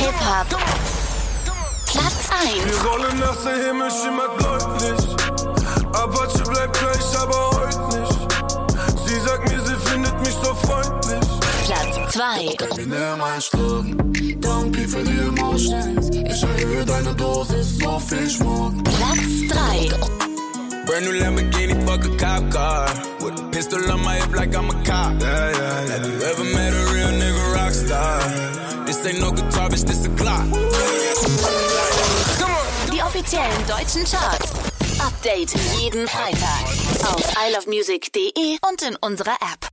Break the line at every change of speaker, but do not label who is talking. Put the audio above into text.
Hip-Hop. Platz 1.
Wir rollen nach der Himmel schimmert deutlich. Apache bleibt gleich, aber heute nicht. Sie sagt mir, sie findet mich so freundlich.
Platz 2.
Wir nehmen einen Schluck, danke für die Emotions. Ich erhöhe deine Dosis, so viel Schmuck.
Platz 3.
Brand new Lamborghini, fuck a cop car. With a pistol on my hip like I'm a
Yeah,
cop.
yeah, yeah.
Have you ever met a real nigga rock star? This ain't no guitar, bitch, this a clock.
Die offiziellen deutschen Charts. Update jeden Freitag auf isleofmusic.de und in unserer App.